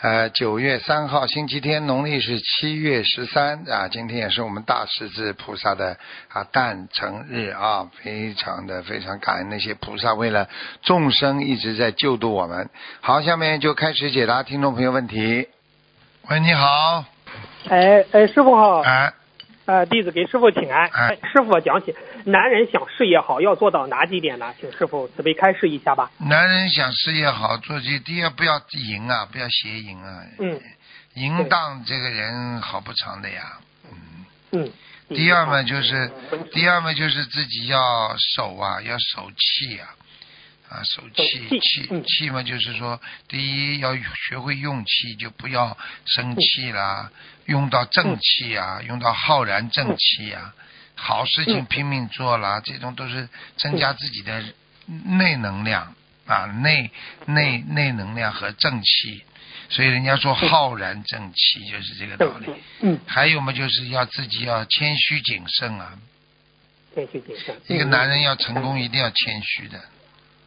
呃九月三号，星期天，农历是七月十三啊。今天也是我们大势至菩萨的啊诞辰日啊，非常的非常感恩那些菩萨为了众生一直在救度我们。好，下面就开始解答听众朋友问题。喂，你好，哎哎，师傅好，哎，呃，弟子给师傅请安。哎师傅讲起，男人想事业好，要做到哪几点呢？请师傅慈悲开示一下吧。男人想事业好，做起第一不要赢啊，不要邪淫啊，嗯淫对荡这个人好不长的呀。嗯。嗯。第二嘛就是，第二嘛就是自己要守啊，要守气啊，啊，守气守气气嗯气嘛，就是说，第一要学会用气，就不要嗯生气啦，用到正气啊，用到浩然正气啊，好事情嗯拼命做啦，这种都是增加自己的内能量啊，内内嗯内能量和正气，所以人家说浩然正气就是这个道理。嗯，还有嘛，就是要自己要谦虚谨慎啊。嗯谦虚谨慎。一个男人要成功，一定要谦虚的，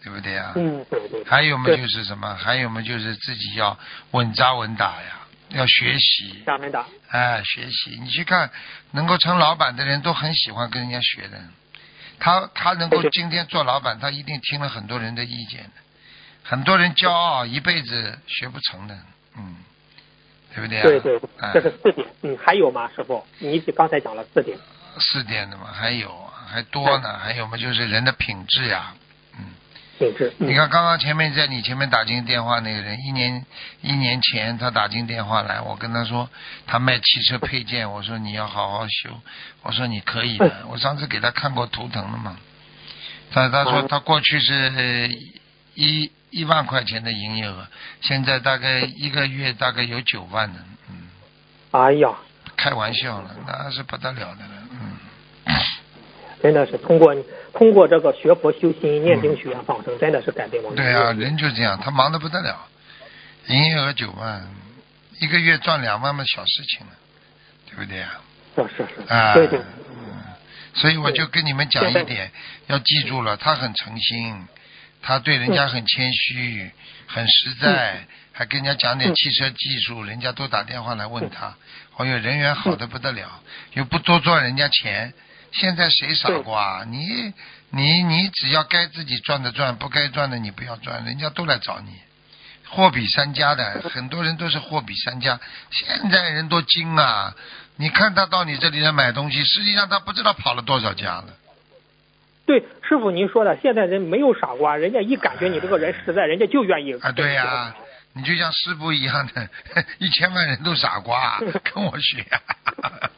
对不对啊？嗯，对对对，还有嘛，对就是什么？还有嘛，就是自己要稳扎稳打呀，要学习，下面的，哎，学习。你去看，能够成老板的人都很喜欢跟人家学的。他他能够对对今天做老板，他一定听了很多人的意见的。很多人骄傲，一辈子学不成的，嗯，对不对啊？对对对哎，这是四点。嗯，还有吗，师傅？你刚才讲了四点。四点的嘛，还有啊还多呢，还有嘛就是人的品质呀、嗯，品质，嗯你看刚刚前面在你前面打进电话那个人，一年一年前他打进电话来，我跟他说他卖汽车配件，我说你要好好修，我说你可以的，我上次给他看过图腾了嘛，他他说嗯他过去是呃一一万块钱的营业额，现在大概一个月大概有九万呢，嗯，哎呀，开玩笑了，那是不得了的了，嗯。真的是通过通过这个学佛修心、念经许愿放生，真的是改变我们的对啊，命运人就这样，他忙得不得了，营业额九万，一个月赚两万嘛，小事情了，对不对啊？是是是，啊，对对，嗯，所以我就跟你们讲一点，要记住了，他很诚心，他对人家很谦虚，很实嗯在，还跟人家讲点汽车技术，人家都打电话来问他，哎呦，人缘好的不得了，又不多赚人家钱。现在谁傻瓜？你你你只要该自己赚的赚，不该赚的你不要赚，人家都来找你。货比三家的，很多人都是货比三家。现在人多精啊，你看他到你这里来买东西，实际上他不知道跑了多少家了。对，师傅您说的，现在人没有傻瓜，人家一感觉你这个人实在，人家就愿意啊对呀你就像师傅一样的，一千万人都傻瓜，跟我学、啊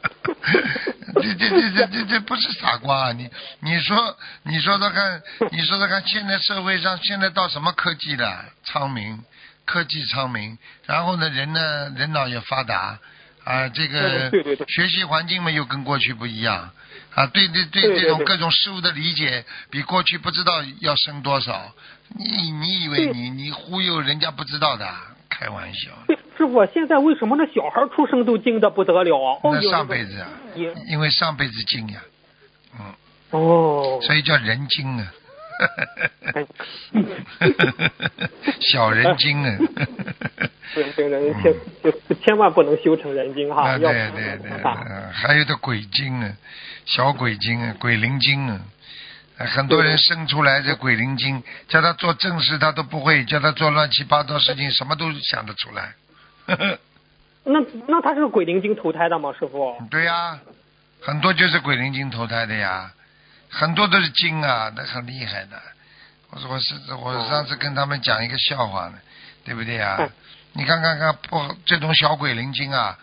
这这这这这这不是傻瓜、啊你你说你说说看，你说说看，现在社会上现在到什么科技了？昌明，科技昌明，然后呢，人呢人脑也发达啊，这个嗯对对对学习环境嘛又跟过去不一样啊，对对对对对这种对各种事物的理解比过去不知道要深多少。你你以为对你你忽悠人家不知道的，开玩笑，对，师傅，现在为什么那小孩出生都精的不得了啊？哦那呦，上辈子啊，也因为上辈子精呀，嗯，哦，所以叫人精啊，哎 小人精啊，对对对，千千千万不能修成人精哈，嗯啊要对对对，啊嗯还有的鬼精啊，小鬼精啊，鬼灵精啊。呃很多人对生出来这鬼灵精，叫他做正事他都不会，叫他做乱七八糟事情，什么都想得出来。那那他是鬼灵精投胎的吗？师傅？对呀、很多就是鬼灵精投胎的呀，很多都是精啊，那很厉害的。我说我是我上次跟他们讲一个笑话呢，对不对呀、哦嗯你看看看，不这种小鬼灵精啊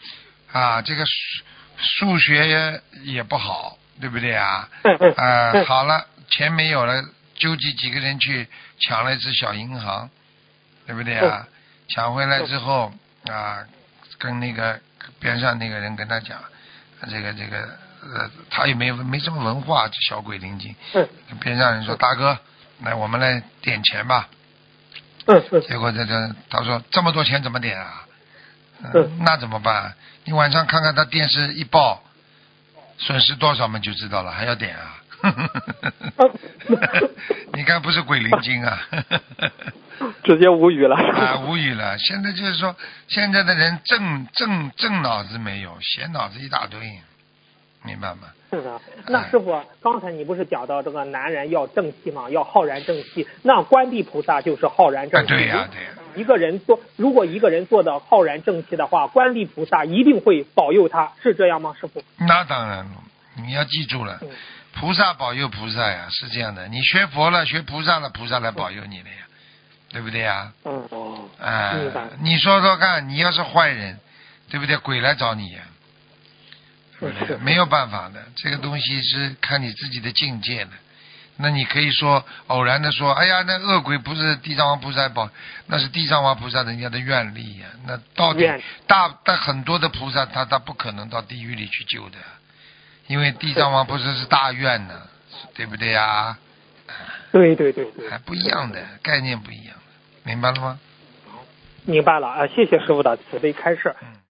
啊，这个数数学也也不好，对不对呀、嗯嗯啊？嗯好了，钱没有了，纠集几个人去抢了一只小银行，对不对啊？抢回来之后啊，跟那个边上那个人跟他讲，这个这个呃，他也没没什么文化，这小鬼灵精，嗯边上人说大哥，来我们来点钱吧，嗯嗯结果这这他说这么多钱怎么点啊？嗯那怎么办？你晚上看看他电视一报，损失多少嘛就知道了，还要点啊？ 你看不是鬼灵精啊？直接无语 了。啊，无语了。现在就是说，现在的人正正正脑子没有，闲脑子一大堆，明白吗？ 是的，那师傅，刚才你不是讲到这个男人要正气嘛，要浩然正气。那观地菩萨就是浩然正啊，气。对呀、对呀、一个人做，如果一个人做的浩然正气的话，观地菩萨一定会保佑他，是这样吗，师傅？那当然了，你要记住了嗯，菩萨保佑菩萨呀，是这样的。你学佛了，学菩萨了，菩萨来保佑你了呀，对不对呀？嗯哦，哎、明白你说说看，你要是坏人，对不对？鬼来找你呀，对不是对？是 没有办法的，这个东西是看你自己的境界的。那你可以说偶然的说，哎呀，那恶鬼不是地藏王菩萨保，那是地藏王菩萨人家的愿力呀、那到底愿力大但很多的菩萨他他不可能到地狱里去救的，因为地藏王菩萨是大愿呢、是对不对呀、对对对对还，不一样的概念不一样的，明白了吗？明白了啊，谢谢师傅的慈悲开示。嗯。